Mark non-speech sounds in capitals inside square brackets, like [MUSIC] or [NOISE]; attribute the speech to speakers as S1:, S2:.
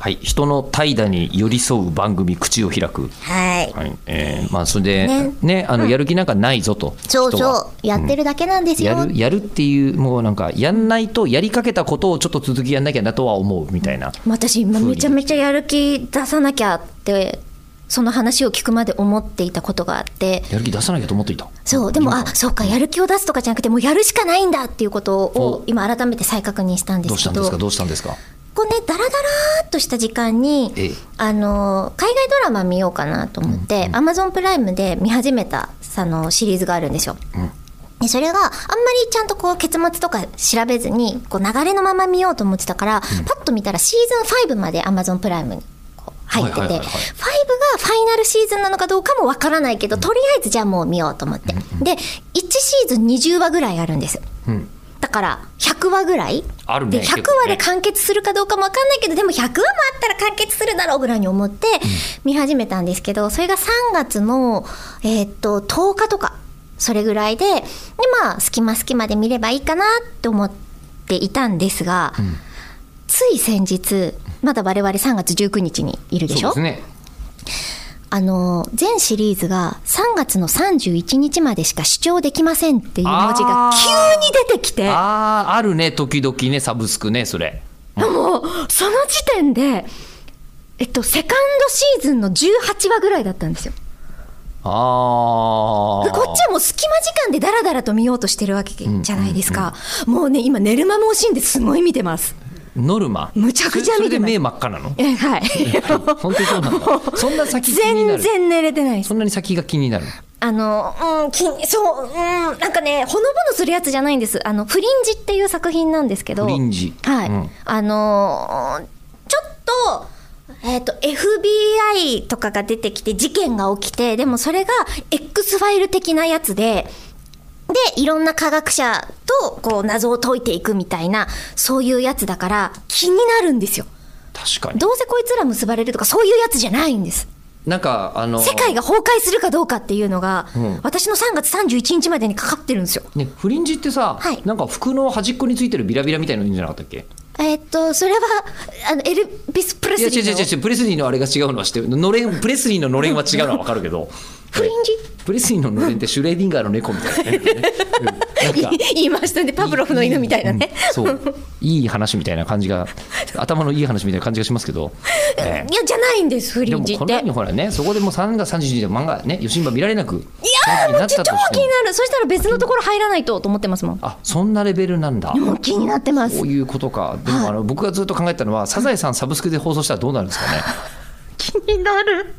S1: はい、人の怠惰に寄り添う番組「口を開く」
S2: はい。
S1: はいえーまあ、それで
S2: ね
S1: ねあのやる気なんかないぞと、
S2: そう
S1: 人は
S2: そう。やってるだけなんですよ。
S1: やるやるっていうもうなんかやんないとやりかけたことをちょっと続きやんなきゃなとは思うみたいな、
S3: 私今めちゃめちゃやる気出さなきゃってその話を聞くまで思っていたことがあって
S1: やる気出さなきゃと思っていた
S3: そうでも
S1: 今
S3: あそうかやる気を出すとかじゃなくてもうやるしかないんだっていうことを
S1: お
S3: 今改めて再確認したんで
S1: ど
S3: す
S1: うした
S3: け
S1: んです
S3: ど
S1: かどうしたんですか
S3: こうねだらだらーっとした時間に、
S1: ええ
S3: あの海外ドラマ見ようかなと思って、Amazon プライムで見始めたあのシリーズがあるんですよ。でそれがあんまりちゃんとこう結末とか調べずにこう流れのまま見ようと思ってたから、パッと見たらシーズン5まで Amazon プライムにこう入ってて、
S1: はいはいはいはい
S3: 5がファイナルシーズンなのかどうかもわからないけど、とりあえずじゃあもう見ようと思って、で1シーズン20話ぐらいあるんです。
S1: うん
S3: だから100話ぐらい
S1: あるね
S3: で
S1: 結
S3: 100
S1: 構
S3: 話
S1: ね
S3: で完結するかどうかも分かんないけどでも100話もあったら完結するだろうぐらいに思って見始めたんですけど、それが3月の、えーっと10日とかそれぐらいででまあ隙間隙間で見ればいいかなって思っていたんですが、つい先日まだ我々3月19日にいるでし
S1: そう
S3: ょ
S1: ですね
S3: あの全シリーズが3月の31日までしか視聴できませんっていう文字が急に出てきて。
S1: あああるね時々ねサブスクねそれ
S3: もうその時点で、えっと、セカンドシーズンの18話ぐらいだったんですよ。
S1: あ
S3: で
S1: あ
S3: こっちはもう隙間時間でダラダラと見ようとしてるわけじゃないですか。もうね、今、寝る間も惜しいんですごい見てます。
S1: ノルマ
S3: むちゃくちゃ
S1: それそれ
S3: 見
S1: で
S3: てます
S1: 目真っ赤な
S3: [LAUGHS]
S1: の
S3: え
S1: [LAUGHS]
S3: はい。
S1: 本当にそうなんだそんな先気にな
S3: 全
S1: る
S3: 然寝れてないです
S1: そんなに先が気になる
S3: あの、うん、きそう、うん、なんかね、ほのぼのするやつじゃないんです。あの、フリンジっていう作品なんですけど。
S1: フリンジ
S3: はい。
S1: うん
S3: あのーちょっと、えっ、と、FBI とかが出てきて事件が起きて、でもそれが X ファイル的なやつで、で、いろんな科学者と、こう、謎を解いていくみたいな、そういうやつだから、気になるんですよ。
S1: 確かに
S3: どうせこいつら結ばれるとか、そういうやつじゃないんです。
S1: なんかあの
S3: 世界が崩壊するかどうかっていうのが、
S1: うん
S3: 私の3月31日までにかかってるんですよ。
S1: ね、フリンジってさ、
S3: はい
S1: なんか服の端っこについてるビラビラみたいのいいんじゃなかったっけ
S3: えーっと、それは、あの、エルビス・プレ
S1: いや
S3: ス
S1: 違う
S3: リー
S1: 違う
S3: の
S1: 違うプレスリーのあれが違うのは知ってるのれんプレスリーののれんは違うのは分かる
S3: [LAUGHS]
S1: けど
S3: フリンジ
S1: プレスリーののれんってシュレーディンガーの猫みたいなね、
S3: [LAUGHS]
S1: うんなんか
S3: 言いましたね。パブロフの犬みたいなね。
S1: うんそういい話みたいな感
S3: [LAUGHS]
S1: じが頭のいい話みたいな感じがしますけど、え
S3: いや、じゃないんです、フ
S1: えで
S3: リン
S1: も
S3: ジ
S1: こ
S3: っ
S1: んな
S3: て。
S1: にほらねそこでもう3月31日の漫画ね吉見見られなくい
S3: あーもう超気に
S1: も
S3: なる。そしたら別のところ入らないとと思ってますもん。
S1: あそんなレベルなんだ
S3: もう気になってま
S1: そ
S3: す
S1: う。いうことかでもあの僕がずっと考えてたのは「サザエさんサブスクで放送したらどうなるんですかね
S3: 気になる。